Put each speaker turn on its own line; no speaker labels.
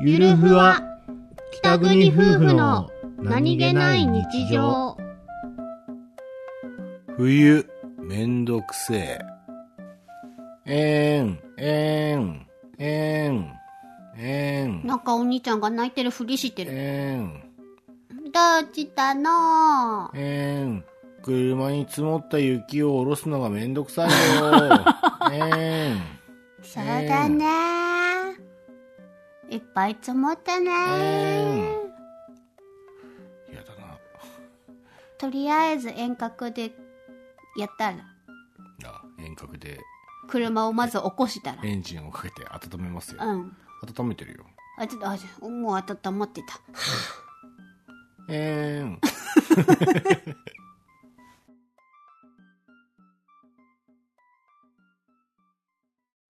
ゆるふわ北国夫婦の
冬めんどくせええーんえーんえーんえーん
なんかお兄ちゃんが泣いてるふりしてる
えーん
どうしたの
えーん車に積もった雪を下ろすのがめんどくさいよえーん
そうだねいっぱい積もったね
やだな
とりあえず遠隔でやったら
あ遠隔で
車をまず起こしたら
エンジンをかけて温めますよ
うん
温めてるよ
あちょっとあちょっともう温まってた
えーん